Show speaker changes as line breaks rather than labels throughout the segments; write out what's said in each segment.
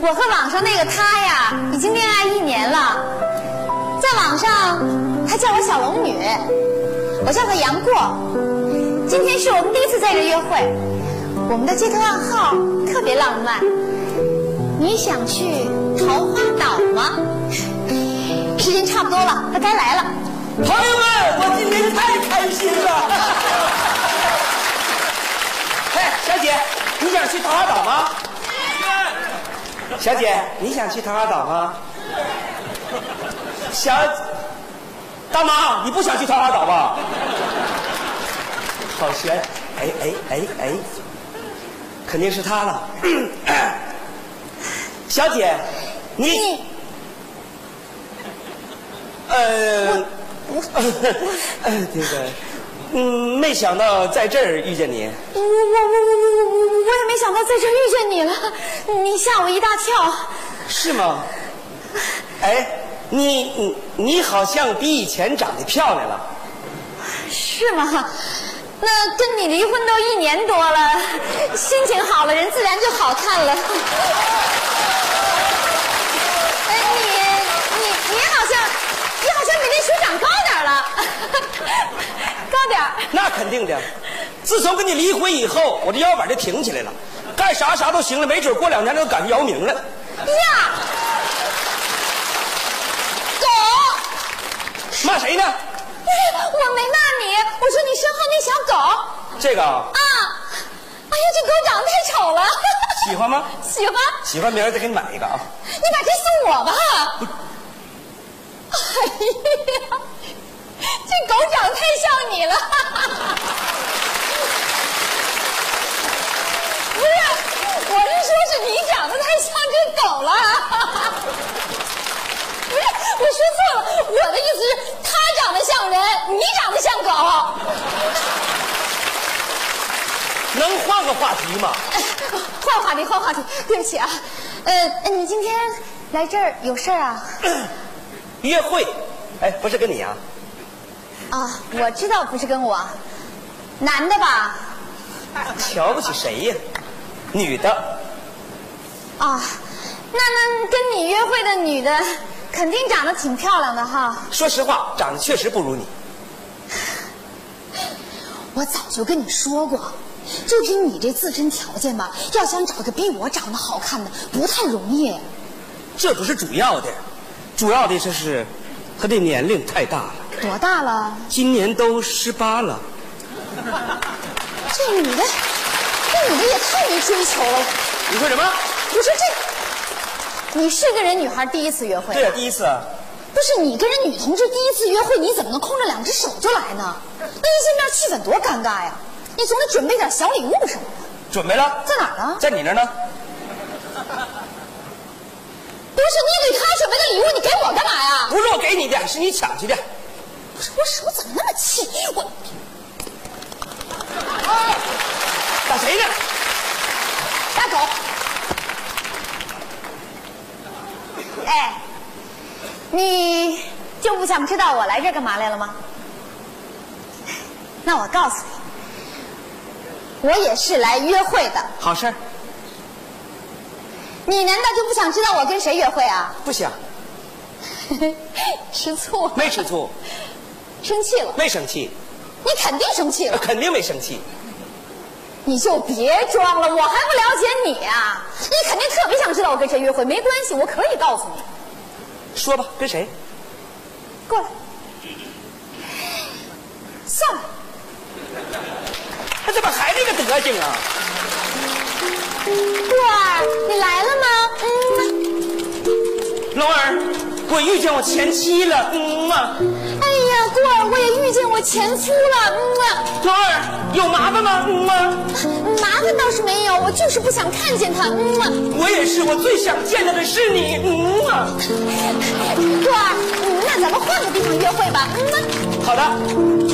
我和网上那个他呀，已经恋爱一年了，在网上他叫我小龙女，我叫他杨过。今天是我们第一次在这约会，我们的街头暗号特别浪漫。你想去桃花岛吗？时间差不多了，他该来了。
朋友们，哎我今天太开心了！ 嘿，哎小姐，你想去桃花岛吗？小姐，你想去桃花岛吗？小大妈，你不想去桃花岛吧？好悬！哎哎哎哎，肯定是他了。 小姐，你
你
呃，呃，这个，嗯，没想到在这儿遇见你。
我我我我我我我我也没想到在这儿遇见你了，你吓我一大跳。
是吗？哎，你你你好像比以前长得漂亮了。
是吗？那跟你离婚都一年多了，心情好了，人自然就好看了。 哎，你你你好像你好像比那水长高点儿了， 高点儿。
那肯定的，自从跟你离婚以后，我这腰板就挺起来了，干啥啥都行了，没准过两年就赶上姚明了。
呀，狗！哎
骂谁呢？
我没骂你，我说你身后那小狗啊！
这个啊
哎呀，这狗长得太丑了，
喜欢吗？
喜欢？
喜欢，明儿再给你买一个啊。
你把这送我吧。哎呀，这狗长得太像你了。不是，我是说是你长得太像这狗了。不是，我说错了，我的意思是，它长得像人，你长得像狗。
能换个话题吗？
哎换话题，换话题，对不起啊。呃，你今天来这儿有事儿啊？
约会，哎，不是跟你啊，
啊，我知道不是跟我，男的吧？
瞧不起谁呀？女的，
啊，那那跟你约会的女的肯定长得挺漂亮的哈。
说实话，长得确实不如你。
我早就跟你说过，就凭你这自身条件吧，要想找个比我长得好看的不太容易。
这不是主要的，主要的就是她的年龄太大了，
多大了？
今年都十八了。
这女的，这女的也太没追求了。
你说什么？
我说这，你是跟人女孩第一次约会，
对呀、第一次啊。
不是你跟人女同志第一次约会，你怎么能空着两只手就来呢？那一见面气氛多尴尬呀！你总得准备点小礼物什么的，
准备了，
在哪儿啊呢？
在你那儿呢？
不是你给他准备的礼物，你给我干嘛呀？
不是我给你的，是你抢去的。
不是我手怎么那么气？我哎
打谁呢？
大狗。哎，你就不想知道我来这儿干嘛来了吗？那我告诉你，我也是来约会的。
好事儿，
你难道就不想知道我跟谁约会啊？
不想，
吃醋，
没吃醋，
生气了，
没生气，
你肯定生气
呃
了，
肯定没生气。
你就别装了，我还不了解你啊！你肯定特别想知道我跟谁约会，没关系，我可以告诉你。
说吧，跟谁？
过来，算了，
他怎么还这个德行啊？
过儿，你来了吗？嗯，
龙儿，我遇见我前妻了。嗯啊，
哎呀，过儿，我也遇见我前夫了，嗯啊。
龙儿有麻烦吗？嗯啊，
麻烦倒是没有，我就是不想看见他。嗯啊，
我也是，我最想见到的是你。嗯啊，
过儿，嗯那咱们换个地方约会吧。嗯啊。
好的，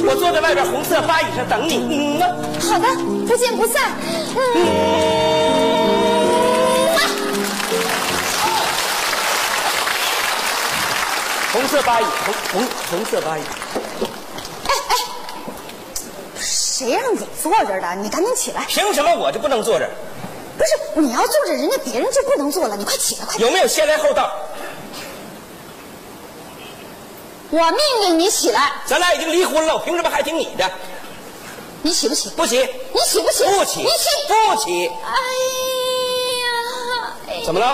我坐在外边红色巴椅上等你。嗯啊。
好的，不见不散。嗯。
红色巴椅，红红红色巴椅。
谁让你坐这儿的？你赶紧起来！
凭什么我就不能坐这儿？
不是你要坐着，人家别人就不能坐了。你快起来，快！
有没有先来后到？
我命令你起来，
咱俩已经离婚了，我凭什么还听你的？
你起不起？
不起，
你起不起？
不起，
你起！
不起，
哎呀，哎呀
怎么了？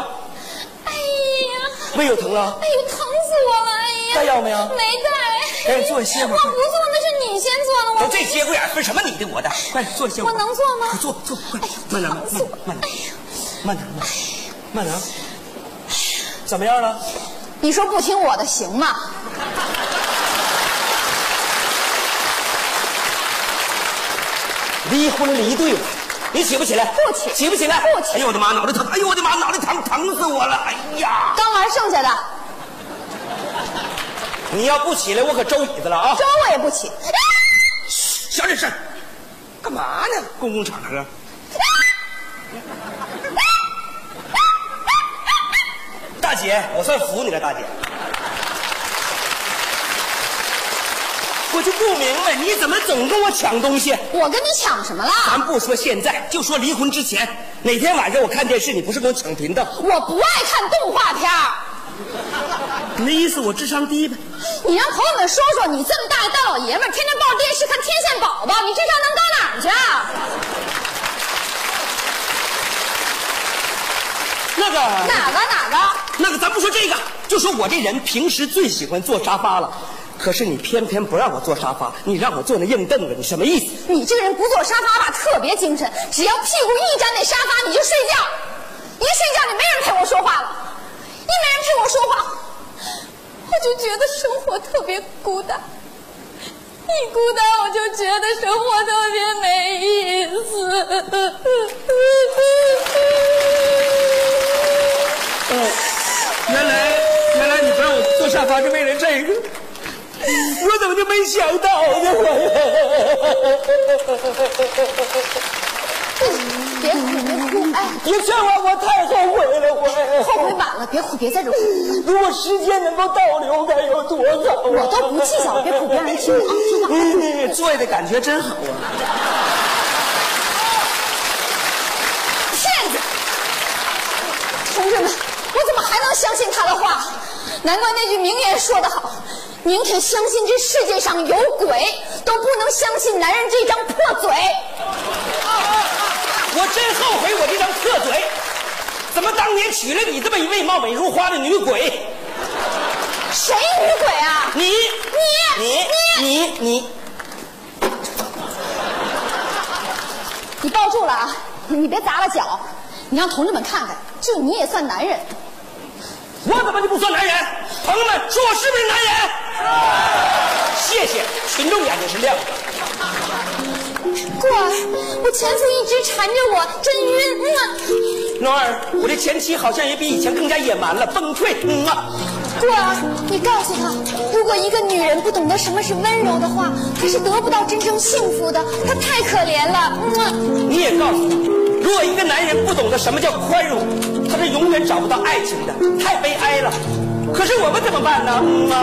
哎呀，
胃又疼了？
哎呦，疼死我了！哎呀，
带药没有
没带。
赶紧坐下歇会
我
儿
不坐，那是你先坐的。
都
我
这节骨眼儿，分什么你的我的？快点坐下，
我能坐吗
快坐坐，快，慢点，慢点，慢点，慢点，慢点慢点，
哎
怎么样了？
你说不听我的行吗？
离婚离对了，你起不起来？
不起
起不起来？
不起
哎呦我的妈，脑袋疼！哎呦我的妈，脑袋疼，疼死我了！哎呀，
刚玩剩下的，
你要不起来，我可周椅子了啊
粥！我也不起。啊
小点声，干嘛呢？公共场合。啊大姐，我算服你了，大姐。我就不明白，你怎么总跟我抢东西？
我跟你抢什么了？
咱不说现在，就说离婚之前，哪天晚上我看电视，你不是跟我抢频道？
我不爱看动画片儿
你的意思我智商低呗？
你让朋友们说说，你这么大一大老爷们儿，天天抱着电视看《天线宝宝》，你智商能高哪儿去啊？
那个，
哪个哪啊个？
那个，咱不说这个，就说我这人平时最喜欢坐沙发了，可是你偏偏不让我坐沙发，你让我坐那硬凳子，你什么意思？
你这个人不坐沙发吧，特别精神，只要屁股一沾那沙发，你就睡觉。一睡觉，你没人陪我说话了，一没人陪我说话，我就觉得生活特别孤单。一孤单，我就觉得生活特别没意思。
原来，原来你不让我坐沙发是为了这个，我怎么就没想到呢？
别哭，别哭，哎，
你这话我太后悔了，我
后悔晚了，别哭，别在这哭，
如果时间能够倒流该有多好啊！
我都不计较，别哭，别让人听见啊，听话。
嗯，坐下的感觉真好啊！
骗子！同志们，我怎么还能相信他的话？难怪那句名言说得好：“宁可相信这世界上有鬼，都不能相信男人这张破嘴。
我真后悔我这张破嘴，怎么当年娶了你这么一位貌美如花的女鬼？”
谁女鬼啊？你
你你你你，
你抱住了啊！你别砸了脚，你让同志们看看，就你也算男人。
我怎么就不算男人？朋友们，说我是不是男人？谢谢，群众眼睛是亮的。
过儿，我前夫一直缠着我，真晕。嗯
诺儿，我这前妻好像也比以前更加野蛮了，崩溃。嗯啊，
过儿，你告诉他，如果一个女人不懂得什么是温柔的话，她是得不到真正幸福的，她太可怜了。嗯，
你也告诉我，如果一个男人不懂得什么叫宽容，他是永远找不到爱情的，太悲哀了。可是我们怎么办呢？嗯啊，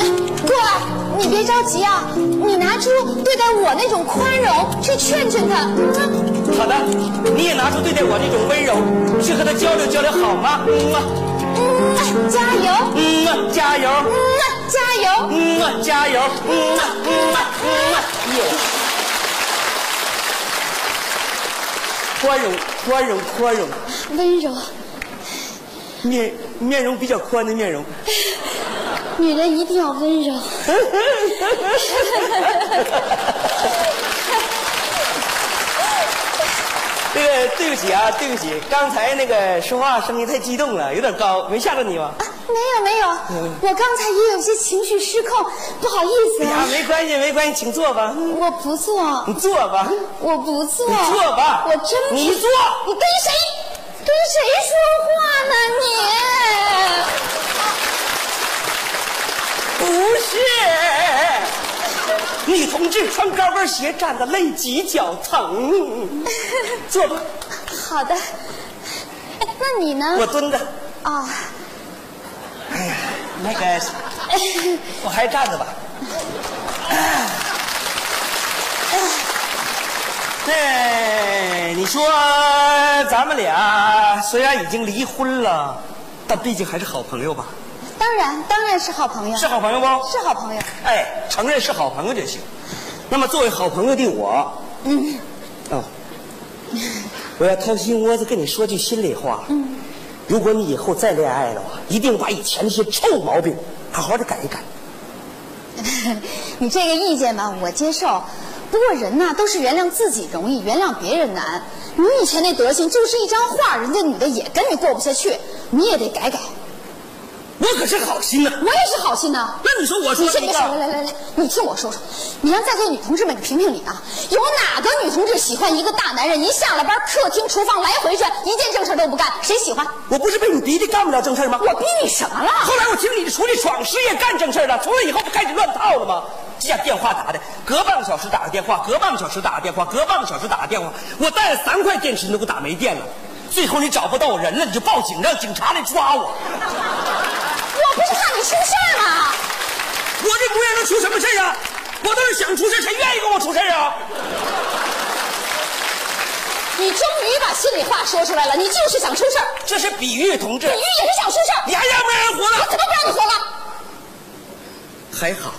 哎过儿，你别着急啊，你拿出对待我那种宽容去劝劝她。嗯，
好的，你也拿出对待我这种温柔，去和他交流交流好吗？嗯啊，
嗯，哎加油，
嗯啊，加油，
嗯，哎加油。
嗯啊，加油，嗯啊，嗯啊，嗯啊，耶！宽容，宽容，宽容。
温柔，
面面容比较宽的面容。
女人一定要温柔。
那个对不起啊，对不起，刚才那个说话声音太激动了，有点高，没吓着你吧？
啊，没有没有，我刚才也有些情绪失控，不好意思
哎呀
啊，，
没关系，没关系，请坐吧，
我不做。
你坐吧，
我不做，
你坐吧，
我真不
你坐。
你跟谁跟谁说话呢你？
不是，女同志穿高跟鞋站的累极脚疼。坐吧，
好的，哎，那你呢？
我蹲着。
啊，
那个，我还站着吧。 哎，哎，你说咱们俩虽然已经离婚了，但毕竟还是好朋友吧？
当然，当然是好朋友，
是好朋友不？
是好朋友。
哎，承认是好朋友就行。那么作为好朋友的我，
嗯，
哦，我要掏心窝子跟你说句心里话。嗯，如果你以后再恋爱的话，一定把以前那些臭毛病好好的改一改。
你这个意见吧，我接受。不过人呐、都是原谅自己容易，原谅别人难。你以前那德行就是一张画，人家女的也跟你过不下去，你也得改改。
我可是好心呐、
我也是好心呐。
那你说我说
你
的
先
一
别说，来
个，
来来来，你听我说说，你让在座女同志们评评理啊，有哪个女同志喜欢一个大男人，一下了班客厅厨房来回转，一件正事儿都不干，谁喜欢？
我不是被你逼的干不了正事儿吗？
我逼你什么了？
后来我听你出去闯事业干正事儿了，从那以后不开始乱套了吗？这家电话打的，隔半个小时打个电话，隔半个小时打个电话，隔半个小时打个电话，我带了三块电池你都给我打没电了。最后你找不到我人了，你就报警，让警察来抓我。
我不是怕你出事儿吗？
我这模样能出什么事儿啊？我倒是想出事儿，谁愿意跟我出事儿啊？
你终于把心里话说出来了，你就是想出事儿，
这是比喻，同志
鲤，鱼也是想出事儿，
你还让不让人活
我
了？
怎么不让你活了？
还好，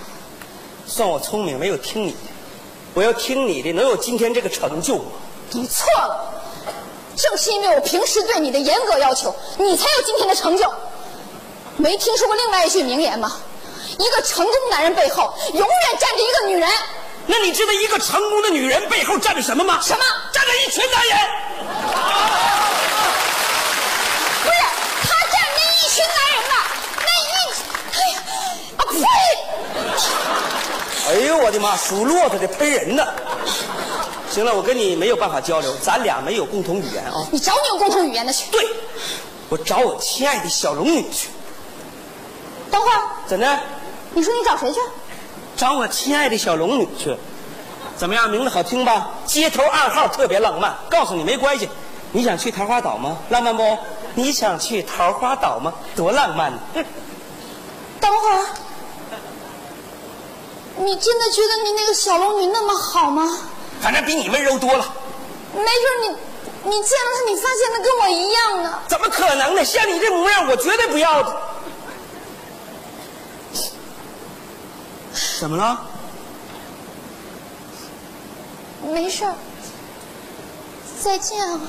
算我聪明，没有听你的。我要听你的，能有今天这个成就吗？
你错了，正是因为我平时对你的严格要求，你才有今天的成就。没听说过另外一句名言吗？一个成功男人背后永远站着一个女人。
那你知道一个成功的女人背后站着什么吗？
什么
站着一群男人。
不是，他站着一群男人吧？那一，哎呀，啊呸！
哎呦我的妈，数骆驼的喷人呢。行了，我跟你没有办法交流，咱俩没有共同语言啊。
你找你有共同语言的去。
对，我找我亲爱的小龙女去。
等会儿，
怎的？
你说你找谁去？
找我亲爱的小龙女去。怎么样，名字好听吧？街头暗号特别浪漫。告诉你没关系，你想去桃花岛吗？浪漫不？你想去桃花岛吗？多浪漫呢！
等会儿，你真的觉得你那个小龙女那么好吗？
反正比你温柔多了。
没准你，你见了她，你发现她跟我一样呢。
怎么可能呢？像你这模样，我绝对不要的。怎么了？
没事儿，再见啊！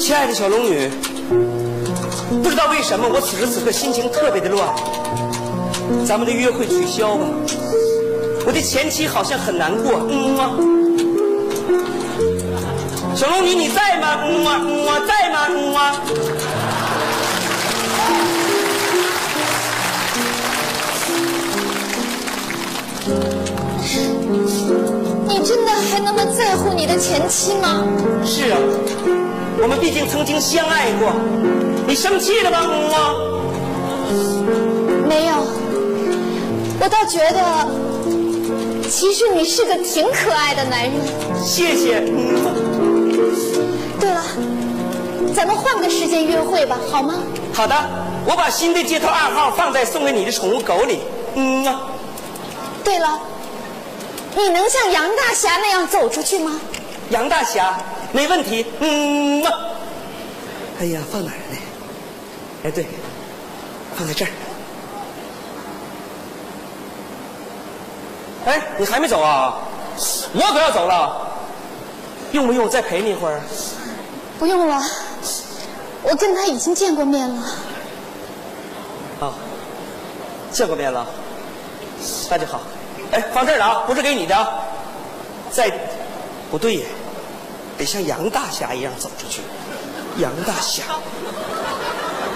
亲爱的小龙女，不知道为什么我此时此刻心情特别的乱。咱们的约会取消吧，我的前妻好像很难过。嗯啊，小龙女你在吗？嗯啊嗯啊在吗？嗯啊。
你真的还那么在乎你的前妻吗？
是啊，我们毕竟曾经相爱过。你生气了吗？嗯啊。
没有，我倒觉得，其实你是个挺可爱的男人。
谢谢。嗯
对了，咱们换个时间约会吧，好吗？
好的，我把新的街头暗号放在送给你的宠物狗里。嗯啊，
对了，你能像杨大侠那样走出去吗？
杨大侠，没问题。嗯啊。哎呀，放哪儿呢？哎，对，放在这儿。哎，你还没走啊？我可要走了。用不用我再陪你一会儿？
不用了，我跟他已经见过面了。
啊，见过面了，那就好。哎，放这儿了啊，不是给你的啊。在，不对呀，得像杨大侠一样走出去。杨大侠，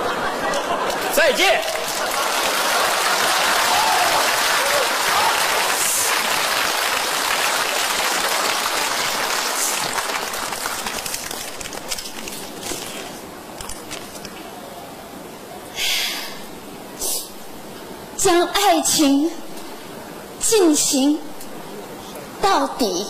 再见。
将爱情进行到底。